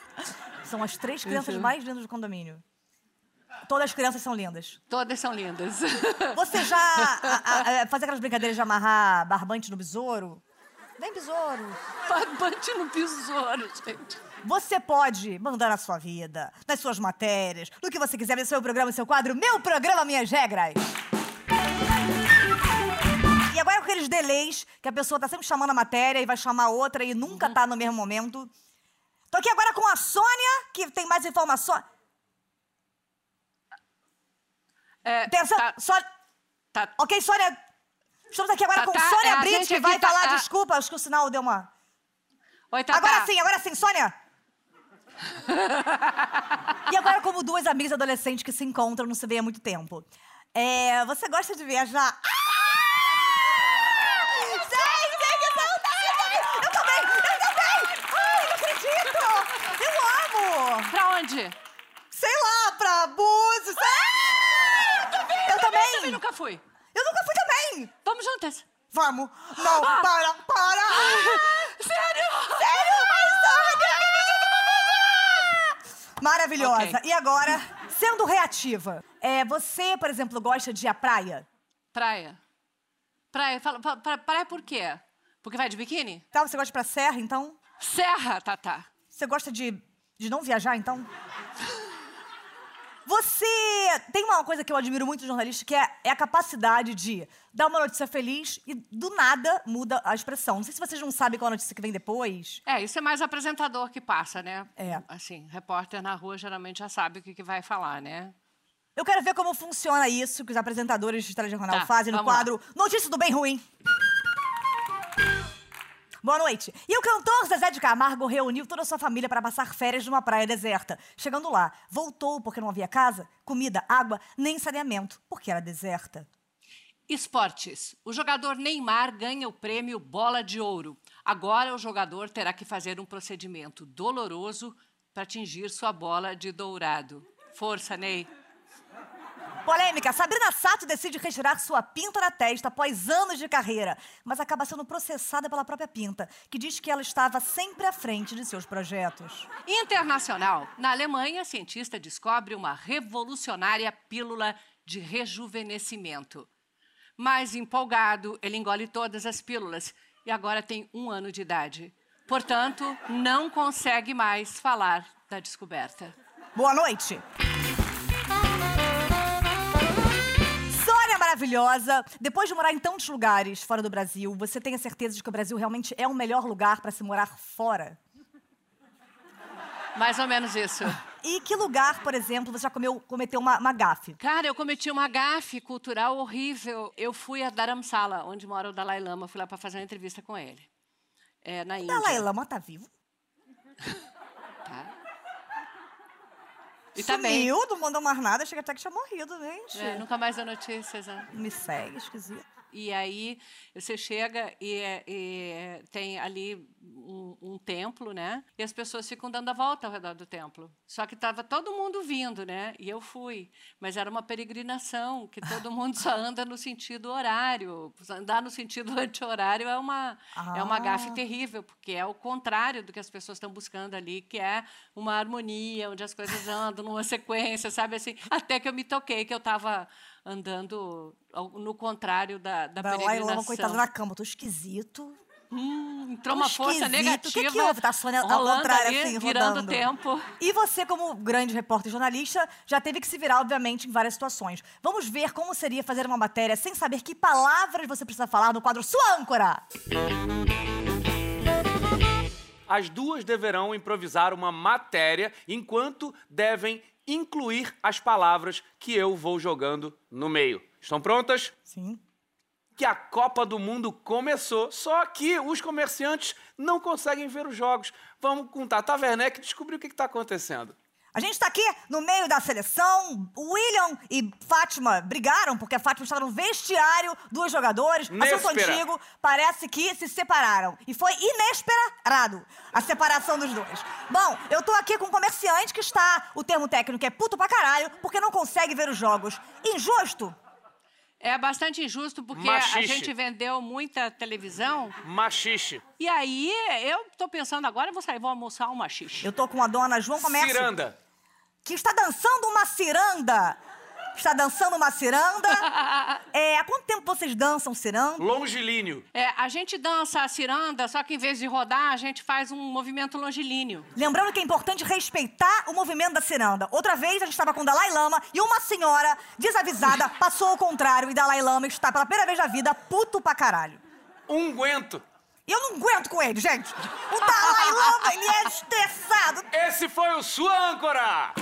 S1: São as três
S5: é
S1: crianças mais lindas do condomínio. Todas as crianças são lindas.
S5: Todas são lindas.
S1: Você já a- a- a- faz aquelas brincadeiras de amarrar barbante no besouro? Vem, besouro.
S5: Barbante no besouro, gente.
S1: Você pode mandar na sua vida, nas suas matérias, no que você quiser, no seu programa, no seu quadro, meu programa, minhas regras. E agora com aqueles delays, que a pessoa tá sempre chamando a matéria e vai chamar outra e nunca
S5: Uhum.
S1: tá no mesmo momento. Tô aqui agora com a Sônia, que tem mais informações.
S5: É,
S1: Atenção,
S5: tá-
S1: Sônia.
S5: tá-
S1: Ok, Sônia. Estamos aqui agora
S5: Tá,
S1: com
S5: tá,
S1: Sônia
S5: é, a
S1: Brito,
S5: gente
S1: que
S5: aqui
S1: vai
S5: tá-
S1: falar.
S5: a-
S1: Desculpa, acho que o sinal deu uma.
S5: Oi, Tatá.
S1: Agora sim, agora sim, Sônia! e agora, como duas amigas adolescentes que se encontram, não se vê há muito tempo. É, você gosta de viajar? Ah! Gente, que saudade! Eu também! Eu também! Ai, não acredito! Eu amo!
S5: Pra onde?
S1: Sei lá, pra abuso! Ah! Eu também! Eu
S5: Eu
S1: também!
S5: nunca fui.
S1: Eu nunca fui também!
S5: Vamos juntas.
S1: Vamos! Não,
S5: Ah!
S1: para, para!
S5: Sério? Ah!
S1: Sério? Ai, Sônia, que bicho do babaca! Maravilhosa.
S5: Ok.
S1: E agora, sendo reativa, é, você, por exemplo, gosta de ir à praia?
S5: Praia. Praia. Fala, pra- pra- praia por quê? Porque vai de biquíni?
S1: Tá, você gosta de ir pra serra, então?
S5: Serra, Tatá.
S1: Você gosta de, de não viajar, então? Você tem uma coisa que eu admiro muito de jornalista, que é, é a capacidade de dar uma notícia feliz e do nada muda a expressão. Não sei se vocês não sabem qual é a notícia que vem depois.
S5: É, isso é mais apresentador que passa, né?
S1: É.
S5: Assim, repórter na rua geralmente já sabe o que, que vai falar, né?
S1: Eu quero ver como funciona isso que os apresentadores de telejornal
S5: Tá,
S1: fazem no
S5: vamos lá.
S1: quadro Notícia do Bem Ruim. Boa noite. E o cantor Zezé de Camargo reuniu toda a sua família para passar férias numa praia deserta. Chegando lá, voltou porque não havia casa, comida, água, nem saneamento, porque era deserta.
S5: Esportes. O jogador Neymar ganha o prêmio Bola de Ouro. Agora o jogador terá que fazer um procedimento doloroso para atingir sua bola de dourado. Força, Ney.
S1: Polêmica. Sabrina Sato decide retirar sua pinta da testa após anos de carreira, mas acaba sendo processada pela própria pinta, que diz que ela estava sempre à frente de seus projetos.
S5: Internacional. Na Alemanha, cientista descobre uma revolucionária pílula de rejuvenescimento. Mais empolgado, ele engole todas as pílulas e agora tem um ano de idade. Portanto, não consegue mais falar da descoberta.
S1: Boa noite. Sônia é maravilhosa, depois de morar em tantos lugares fora do Brasil, você tem a certeza de que o Brasil realmente é o melhor lugar para se morar fora?
S5: Mais ou menos isso.
S1: E que lugar, por exemplo, você já comeu- cometeu uma, uma gafe?
S5: Cara, eu cometi uma gafe cultural horrível. Eu fui a Dharamsala, onde mora o Dalai Lama. Fui lá para fazer uma entrevista com ele. É, na Índia.
S1: Dalai Lama tá vivo.
S5: Tá? E tá bem.
S1: Sumiu, não mandou mais nada, achei até que tinha morrido, gente.
S5: É, nunca mais dá notícias, né?
S1: Me segue, esquisito.
S5: E aí você chega e, é- e é- tem ali um, um templo, né? E as pessoas ficam dando a volta ao redor do templo. Só que estava todo mundo vindo, né? E eu fui. Mas era uma peregrinação, que todo mundo só anda no sentido horário. Andar no sentido anti-horário é uma, é uma gafe
S1: Ah.
S5: terrível, porque é o contrário do que as pessoas estão buscando ali, que é uma harmonia, onde as coisas andam numa sequência, sabe assim? Até que eu me toquei, que eu estava andando ao- no contrário da, da
S1: Dalai Lama, coitado,
S5: peregrinação.
S1: na cama, tô esquisito.
S5: Hum, entrou uma força
S1: Esquisito.
S5: negativa.
S1: O que que houve? Tá a Sônia ao
S5: rolando
S1: contrário,
S5: ali,
S1: assim,
S5: virando o
S1: rodando.
S5: tempo.
S1: E você, como grande repórter e jornalista, já teve que se virar, obviamente, em várias situações. Vamos ver como seria fazer uma matéria sem saber que palavras você precisa falar no quadro Sua Âncora.
S6: As duas deverão improvisar uma matéria enquanto devem incluir as palavras que eu vou jogando no meio. Estão prontas?
S1: Sim.
S6: Que a Copa do Mundo começou, só que os comerciantes não conseguem ver os jogos. Vamos com Tata Werneck descobrir o que está acontecendo.
S1: A gente tá aqui no meio da seleção. William e Fátima brigaram, porque a Fátima estava no vestiário dos jogadores. Assunto
S6: Néspera.
S1: antigo. Parece que se separaram. E foi inesperado a separação dos dois. Bom, eu tô aqui com um comerciante que está. O termo técnico é puto pra caralho, porque não consegue ver os jogos. Injusto?
S5: É bastante injusto, porque a
S6: Machixe.
S5: gente vendeu muita televisão.
S6: Machixe.
S5: E aí, eu tô pensando agora, eu vou sair, vou almoçar um uma xixi.
S1: Eu tô com a dona João Comércio.
S6: Ciranda.
S1: que está dançando uma ciranda. Está dançando uma ciranda. É, há quanto tempo vocês dançam ciranda?
S6: Longilíneo.
S5: É, a gente dança a ciranda, só que em vez de rodar, a gente faz um movimento longilíneo.
S1: Lembrando que é importante respeitar o movimento da ciranda. Outra vez a gente estava com o Dalai Lama e uma senhora desavisada passou ao contrário e Dalai Lama está pela primeira vez na vida puto pra caralho.
S6: Unguento.
S1: E eu não aguento com ele, gente. O Dalai Lama, ele é estressado.
S6: Esse foi o Sua Âncora!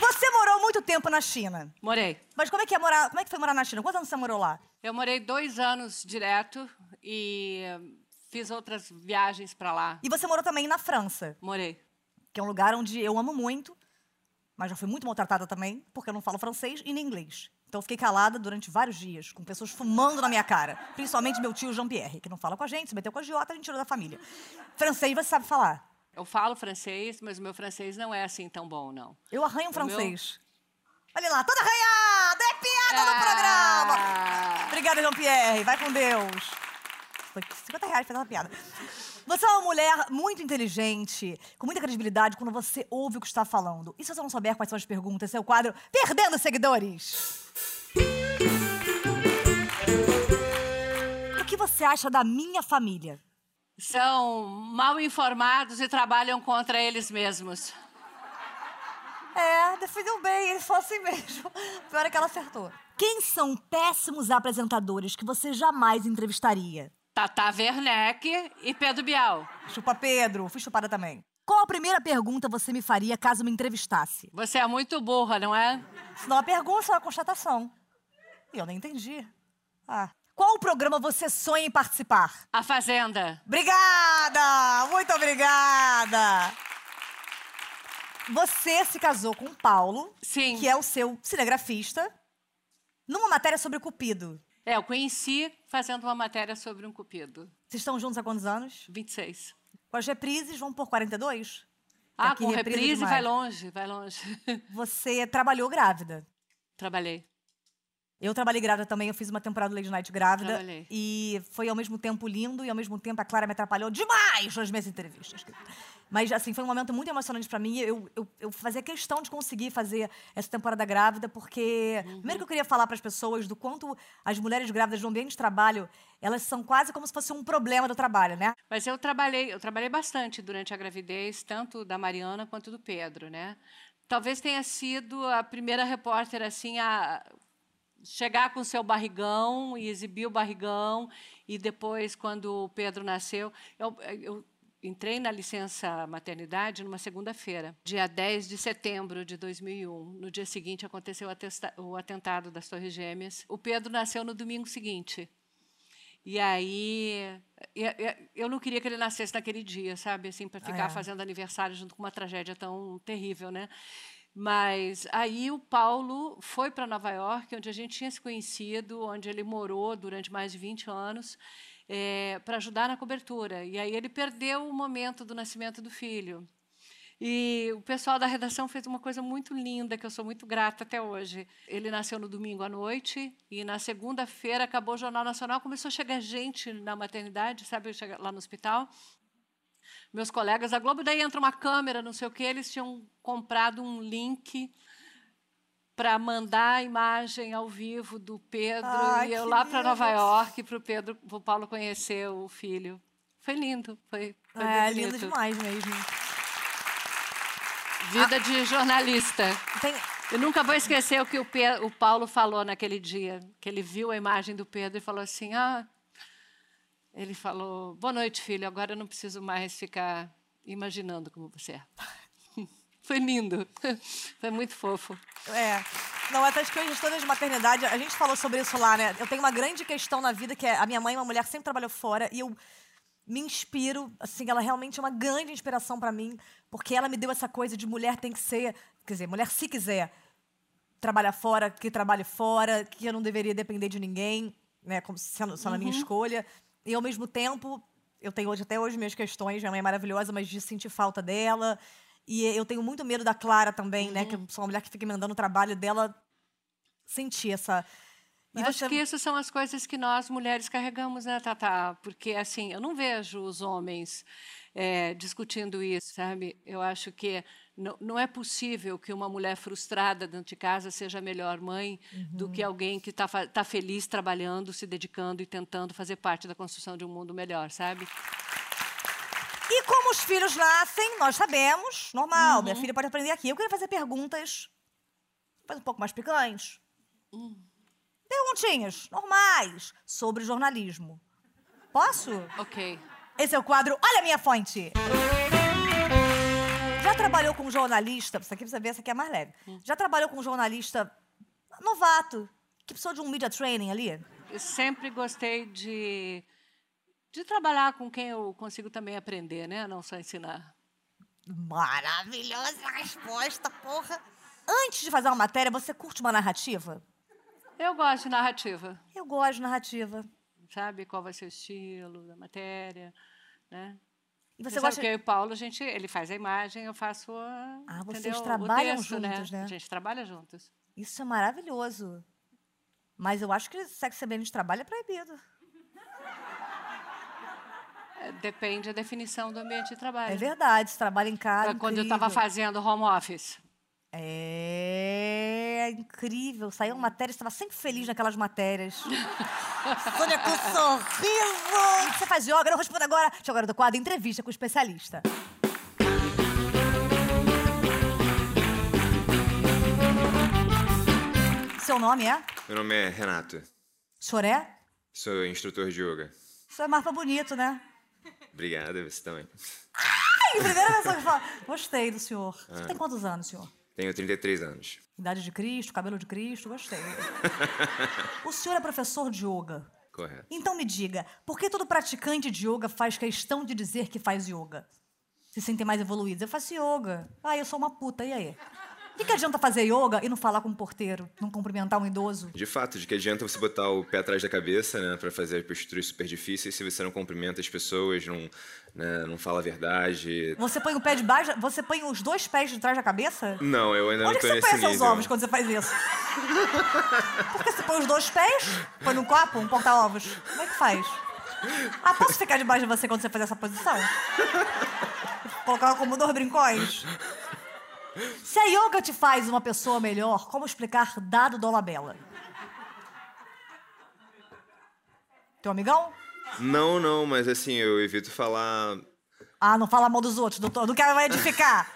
S1: Você morou muito tempo na China.
S5: Morei.
S1: Mas como é que é morar, como é que foi morar na China? Quantos anos você morou lá?
S5: Eu morei dois anos direto e eh, fiz outras viagens pra lá.
S1: E você morou também na França.
S5: Morei.
S1: que é um lugar onde eu amo muito, mas já fui muito maltratada também, porque eu não falo francês e nem inglês. Então eu fiquei calada durante vários dias, com pessoas fumando na minha cara. Principalmente meu tio Jean-Pierre, que não fala com a gente, se meteu com a giota, a gente tirou da família. Francês você sabe falar.
S5: Eu falo francês, mas o meu francês não é assim tão bom, não.
S1: Eu arranho um
S5: meu-
S1: francês. Olha lá, toda arranhada! É piada do
S5: Ah!
S1: programa! Obrigada, Jean-Pierre. Vai com Deus. Foi 50 reais pra fazer uma piada. Você é uma mulher muito inteligente, com muita credibilidade quando você ouve o que está falando. E se você não souber quais são as perguntas, esse é o quadro Perdendo Seguidores. O que você acha da minha família?
S5: São mal informados e trabalham contra eles mesmos.
S1: É, definiu bem, ele falou assim mesmo. Pior é que ela acertou. Quem são péssimos apresentadores que você jamais entrevistaria?
S5: Tata Werneck e Pedro Bial.
S1: Chupa Pedro, fui chupada também. Qual a primeira pergunta você me faria caso me entrevistasse?
S5: Você é muito burra, não é?
S1: Se não é uma pergunta, é uma constatação. E eu nem entendi. Ah. Qual programa você sonha em participar?
S5: A Fazenda.
S1: Obrigada! Muito obrigada! Você se casou com o Paulo,
S5: Sim.
S1: que é o seu cinegrafista, numa matéria sobre Cupido.
S5: É, eu conheci fazendo uma matéria sobre um cupido.
S1: Vocês estão juntos há quantos anos?
S5: 26.
S1: Com as reprises, vão por 42?
S5: Ah,
S1: Aqui
S5: com
S1: reprise
S5: reprise,
S1: demais.
S5: vai longe, vai longe.
S1: Você trabalhou grávida.
S5: Trabalhei.
S1: Eu trabalhei grávida também, eu fiz uma temporada do Lady Night grávida.
S5: Trabalhei.
S1: E foi ao mesmo tempo lindo e ao mesmo tempo a Clara me atrapalhou demais nas minhas entrevistas. querida. Mas assim, foi um momento muito emocionante pra mim. Eu, eu, eu fazia questão de conseguir fazer essa temporada grávida, porque
S5: Uhum.
S1: primeiro que eu queria falar pras pessoas do quanto as mulheres grávidas no ambiente de trabalho, elas são quase como se fosse um problema do trabalho, né?
S5: Mas eu trabalhei, eu trabalhei bastante durante a gravidez, tanto da Mariana quanto do Pedro, né? Talvez tenha sido a primeira repórter assim a chegar com o seu barrigão e exibir o barrigão. E depois, quando o Pedro nasceu, eu- eu entrei na licença maternidade numa segunda-feira, dia 10 de setembro de 2001. No dia seguinte aconteceu o atesta- o atentado das Torres Gêmeas. O Pedro nasceu no domingo seguinte. E aí, e- e- eu não queria que ele nascesse naquele dia, sabe? Assim, para ficar fazendo aniversário junto com uma tragédia tão terrível, né? Mas aí o Paulo foi para Nova York, onde a gente tinha se conhecido, onde ele morou durante mais de 20 anos, para ajudar na cobertura. E aí ele perdeu o momento do nascimento do filho. E o pessoal da redação fez uma coisa muito linda, que eu sou muito grata até hoje. Ele nasceu no domingo à noite e na segunda-feira acabou o Jornal Nacional, começou a chegar gente na maternidade, sabe, chega lá no hospital. Meus colegas da Globo, daí entra uma câmera, não sei o quê, eles tinham comprado um link para mandar a imagem ao vivo do Pedro
S1: Ai,
S5: e eu
S1: que
S5: lá para Nova
S1: lindo.
S5: York para o Pedro, pro Paulo conhecer o filho. Foi lindo, foi, foi
S1: É,
S5: bonito.
S1: lindo demais mesmo.
S5: Vida de jornalista.
S1: Tem...
S5: Eu nunca vou esquecer o que o, Pe- o Paulo falou naquele dia, que ele viu a imagem do Pedro e falou assim: ah, ele falou, boa noite, filho, agora eu não preciso mais ficar imaginando como você é. Foi lindo, foi muito fofo.
S1: É. Não, essas coisas todas de maternidade, a gente falou sobre isso lá, né? Eu tenho uma grande questão na vida, que é a minha mãe é uma mulher que sempre trabalhou fora, e eu me inspiro, assim, ela realmente é uma grande inspiração pra mim, porque ela me deu essa coisa de mulher tem que ser, quer dizer, mulher se quiser trabalhar fora, que trabalhe fora, que eu não deveria depender de ninguém, né, como sendo, sendo a
S5: Uhum.
S1: minha escolha. E ao mesmo tempo, eu tenho hoje até hoje minhas questões, minha mãe é maravilhosa, mas de sentir falta dela. E eu tenho muito medo da Clara também, né,
S5: Uhum.
S1: que eu sou uma mulher que fica mandando o trabalho dela sentir essa e
S5: Acho
S1: você-
S5: que isso são as coisas que nós mulheres carregamos, né, Tatá? Porque, assim, eu não vejo os homens eh, discutindo isso, sabe? Eu acho que não, não é possível que uma mulher frustrada dentro de casa seja a melhor mãe do que alguém que está tá feliz trabalhando, se dedicando e tentando fazer parte da construção de um mundo melhor, sabe?
S1: E como os filhos nascem, nós sabemos, normal, minha filha pode aprender aqui. Eu queria fazer perguntas, mas um pouco mais picantes. Perguntinhas normais sobre jornalismo. Posso?
S5: Ok.
S1: Esse é o quadro Olha a Minha Fonte. Já trabalhou com um jornalista, isso aqui precisa ver, essa aqui é mais leve. Já trabalhou com um jornalista novato, que precisou de um media training ali?
S5: Eu sempre gostei de, de trabalhar com quem eu consigo também aprender, né? Não só ensinar.
S1: Maravilhosa resposta, porra. Antes de fazer uma matéria, você curte uma narrativa?
S5: Eu gosto de narrativa.
S1: Eu gosto de narrativa.
S5: sabe qual vai ser o estilo da matéria, né?
S1: E
S5: Você
S1: você
S5: sabe
S1: gosta
S5: que eu e o Paulo, a gente, ele faz a imagem, eu faço a,
S1: Ah, vocês
S5: entendeu? O
S1: trabalham
S5: texto,
S1: juntos, né?
S5: A gente trabalha juntos.
S1: Isso é maravilhoso. Mas eu acho que sexo semelhante de trabalho é proibido.
S5: É, Depende da definição do ambiente de trabalho.
S1: É verdade, você trabalha em casa. é
S5: Pra Quando eu estava
S1: incrível.
S5: fazendo home office.
S1: É incrível. Saiu uma matéria, estava sempre feliz naquelas matérias. Sônia com um sorriso! Você faz yoga, eu respondo agora. Chega agora do quadro Entrevista com o Especialista. Seu nome é?
S7: Meu nome é Renato,
S1: Choré?
S7: sou instrutor de yoga.
S1: Isso é marca bonito, né?
S7: Obrigada, você também.
S1: E a primeira pessoa que fala, gostei do senhor. O senhor tem quantos anos, senhor?
S7: Tenho 33 anos.
S1: Idade de Cristo, cabelo de Cristo, gostei. o senhor é professor de yoga.
S7: Correto.
S1: Então me diga, por que todo praticante de yoga faz questão de dizer que faz yoga? Se sentem mais evoluídos. Eu faço yoga. Ah, eu sou uma puta, e aí? O que, que adianta fazer yoga e não falar com um porteiro? Não cumprimentar um idoso?
S7: De fato, de que adianta você botar o pé atrás da cabeça, né, para fazer as posturas super difíceis se você não cumprimenta as pessoas, não, né, não fala a verdade.
S1: Você põe o pé de baixo, você põe os dois pés de trás da cabeça?
S7: Não, eu ainda
S1: Onde é
S7: não
S1: que
S7: tô
S1: você põe
S7: nesse nível.
S1: seus ovos quando você faz isso? Porque você põe os dois pés, põe num copo, um porta-ovos. Como é que faz? Ah, posso ficar debaixo de você quando você fazer essa posição? Colocar como dois brincões? Se a yoga te faz uma pessoa melhor, como explicar dado Dolabella? Teu amigão?
S7: Não, não, mas assim, eu evito falar...
S1: Ah, não fala mal dos outros, doutor. Não quero edificar.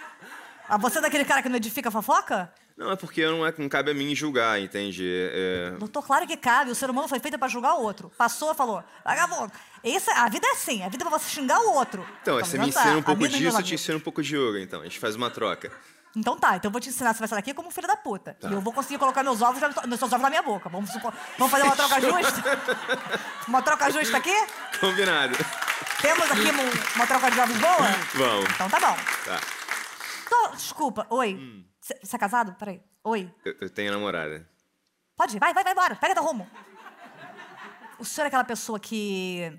S1: Ah, você é daquele cara que não edifica fofoca?
S7: Não, é porque não, é, não cabe a mim julgar, entende? É,
S1: Doutor, claro que cabe. O ser humano foi feito pra julgar o outro. Passou, falou. Vagabundo. Esse, a vida é assim. A vida é pra você xingar o outro.
S7: Então,
S1: Tá
S7: você me
S1: vendo? Tá.
S7: ensina um
S1: A
S7: pouco
S1: vida é
S7: disso, eu
S1: meio
S7: te ensino um pouco de yoga, então. A gente faz uma troca.
S1: Então tá, então eu vou te ensinar, você vai sair daqui como um filho da puta.
S7: Tá.
S1: E eu vou conseguir colocar meus ovos, na- meus ovos na minha boca. Vamos, supor- vamos fazer uma troca justa? uma troca justa aqui?
S7: Combinado.
S1: Temos aqui um- uma troca de ovos boa?
S7: Vamos.
S1: Então tá bom.
S7: Tá.
S1: Tô- desculpa,
S7: Hum.
S1: oi. Você é casado? Peraí. Oi.
S7: Eu, eu tenho namorada.
S1: Pode ir, vai, vai, vai embora. Pega teu rumo. O senhor é aquela pessoa que...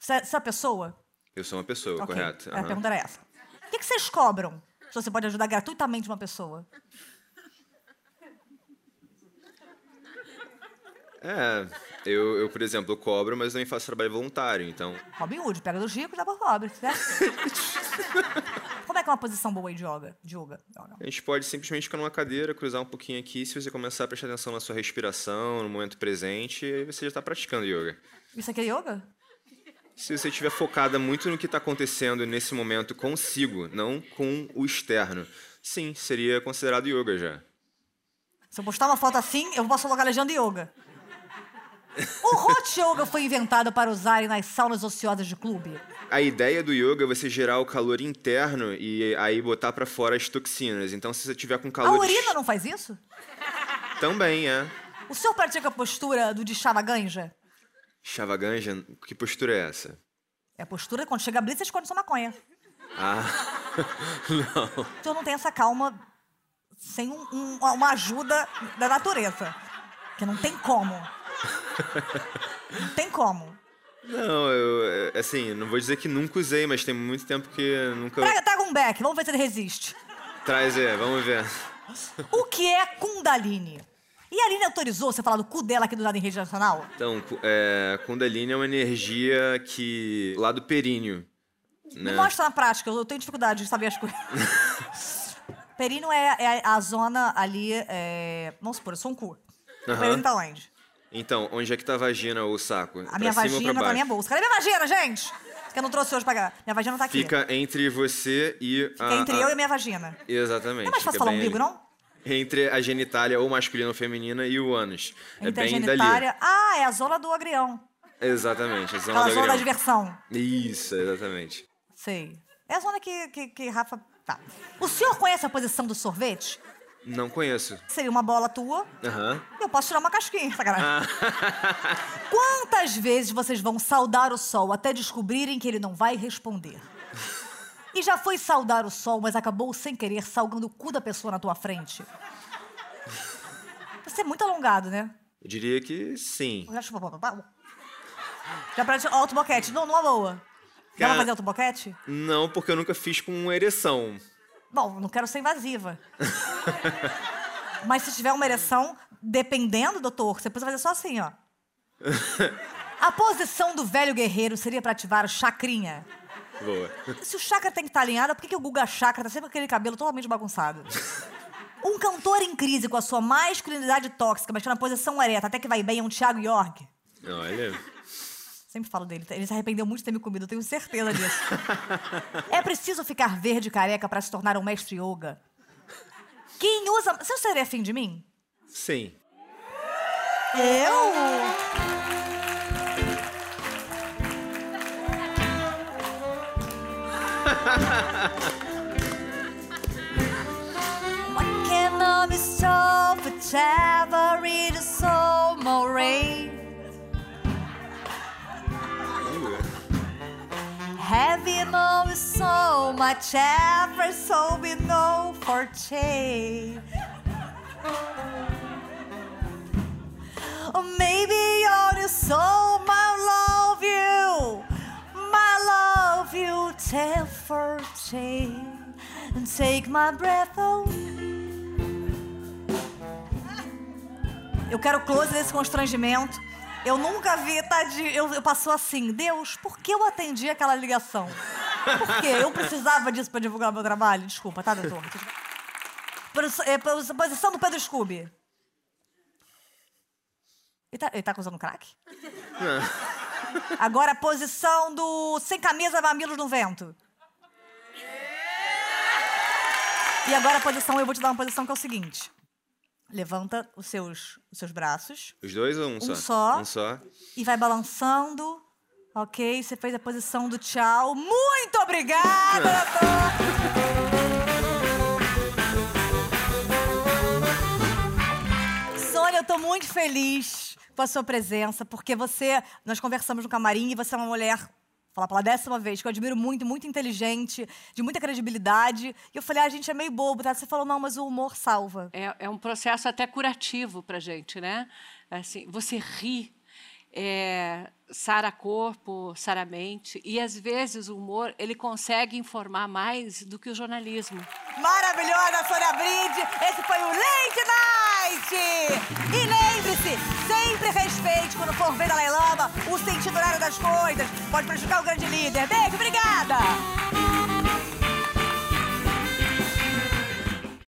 S1: Você é você é uma pessoa?
S7: Eu sou uma pessoa,
S1: Ok.
S7: correto?
S1: A
S7: Aham.
S1: pergunta era essa. O que, que vocês cobram? Se você pode ajudar gratuitamente uma pessoa.
S7: É, eu, eu, por exemplo, eu cobro, mas também faço trabalho voluntário, então.
S1: Robin Hood, pega do rico e dá pro pobre, certo? Como é que é uma posição boa de yoga? De yoga? Yoga.
S7: A gente pode simplesmente ficar numa cadeira, cruzar um pouquinho aqui, se você começar a prestar atenção na sua respiração, no momento presente, aí você já está praticando yoga.
S1: Isso aqui é yoga?
S7: Se você estiver focada muito no que está acontecendo nesse momento consigo, não com o externo, sim, seria considerado yoga já.
S1: Se eu postar uma foto assim, eu posso colocar a legenda yoga. O hot yoga foi inventado para usarem nas saunas ociosas de clube.
S7: A ideia do yoga é você gerar o calor interno e aí botar pra fora as toxinas. Então, se você tiver com
S1: A
S7: calor.
S1: urina não faz isso?
S7: Também, é.
S1: O senhor pratica a postura do de ganja?
S7: Chavaganja, que postura é essa?
S1: É a postura quando chega a blitz, você esconde sua maconha.
S7: Ah, não.
S1: O senhor não tem essa calma sem um- um- uma ajuda da natureza. Que não tem como. Não tem como.
S7: Não, eu. é, Assim, não vou dizer que nunca usei, mas tem muito tempo que nunca.
S1: Traga, traga um beck, vamos ver se ele resiste.
S7: Traz, é, vamos ver.
S1: O que é Kundalini? E a Aline autorizou você falar do cu dela aqui do lado em rede nacional?
S7: Então, cu- é, Kundalini é uma energia que. lá do períneo.
S1: Me
S7: Né?
S1: mostra na prática, eu tenho dificuldade de saber as coisas. Perino é, é a zona ali. É... Vamos supor, eu sou um cu. O
S7: Aham.
S1: Perino tá onde?
S7: Então, onde é que tá a vagina ou o saco?
S1: A minha
S7: pra cima ou
S1: vagina
S7: pra
S1: tá na
S7: baixo?
S1: minha bolsa. Cadê minha vagina, gente? Que eu não trouxe hoje pra cá. Minha vagina tá aqui.
S7: Fica entre você e
S1: Fica entre eu e minha vagina.
S7: Exatamente.
S1: Não é mais fácil
S7: fica
S1: falar
S7: bem
S1: umbigo,
S7: ali.
S1: não?
S7: Entre a genitália ou masculina ou feminina e o ânus. é
S1: Entre a
S7: bem
S1: genitária. Ah, é a zona do agrião.
S7: dali. Exatamente, a zona
S1: Aquela
S7: do
S1: zona da
S7: agrão.
S1: diversão.
S7: Isso, exatamente.
S1: Sei. É a zona que, que, que Rafa. Tá. O senhor conhece a posição do sorvete?
S7: Não conheço.
S1: Seria uma bola tua.
S7: Aham.
S1: e Eu posso tirar uma casquinha, sacanagem.
S7: Ah,
S1: Quantas vezes vocês vão saudar o sol até descobrirem que ele não vai responder? E já foi saudar o sol, mas acabou sem querer salgando o cu da pessoa na tua frente? Você é muito alongado, né?
S7: eu diria que sim.
S1: Já chupa, pá, pá, pá. Já praticou autoboquete. Não, numa boa. Já vai
S7: Cara-
S1: fazer autoboquete?
S7: Não, porque eu nunca fiz com ereção.
S1: Bom, não quero ser invasiva. Mas se tiver uma ereção, dependendo, doutor, você precisa fazer só assim, ó. A posição do velho guerreiro seria pra ativar o chacrinha.
S7: Boa.
S1: Se o chakra tem que estar alinhado, por que, que o Guga Chakra tá sempre com aquele cabelo totalmente bagunçado? Um cantor em crise com a sua masculinidade tóxica, mas que na posição ereta, até que vai bem, é um Thiago York.
S7: Olha.
S1: Sempre falo dele. tá? Ele se arrependeu muito de ter me comido, eu tenho certeza disso. é preciso ficar verde e careca pra se tornar um mestre yoga. Quem usa. Você seria afim de mim?
S7: Sim.
S1: Eu? Can be so forever it is so more rain. Heavy no is so much ever so we know for change. Maybe you're so my love you, my love you take for change and take my breath away. Eu quero close nesse constrangimento. Eu nunca vi, tadinho. Eu, eu passou assim, Deus, por que eu atendi aquela ligação? Por quê? Eu precisava disso pra divulgar meu trabalho? Desculpa, tá, doutor? Posi- é, posi- Posição do Pedro Scooby. Ele tá, ele tá usando crack? Agora a posição do sem camisa, mamilos no vento. E agora a posição, eu vou te dar uma posição que é o seguinte. Levanta os seus, os seus braços
S7: Os dois ou um, só?
S1: só.
S7: Um só.
S1: e vai balançando. Ok, você fez a posição do tchau. Muito obrigada, doutor! Sônia, eu tô muito feliz com a sua presença, porque você. Nós conversamos no camarim e você é uma mulher. vou Falar pela décima vez, que eu admiro muito, muito inteligente, de muita credibilidade. E eu falei, ah, a gente é meio bobo, tá? Você falou, não, mas o humor salva.
S5: É, é um processo até curativo para gente, né? Assim, você ri, é, sara corpo, sara mente, e às vezes o humor ele consegue informar mais do que o jornalismo.
S1: maravilhosa Sônia Bride. Esse foi o Late Night. E lembre-se, sempre respeite quando for ver Dalai Lama o sentido horário das coisas. Pode prejudicar o grande líder. Beijo, obrigada.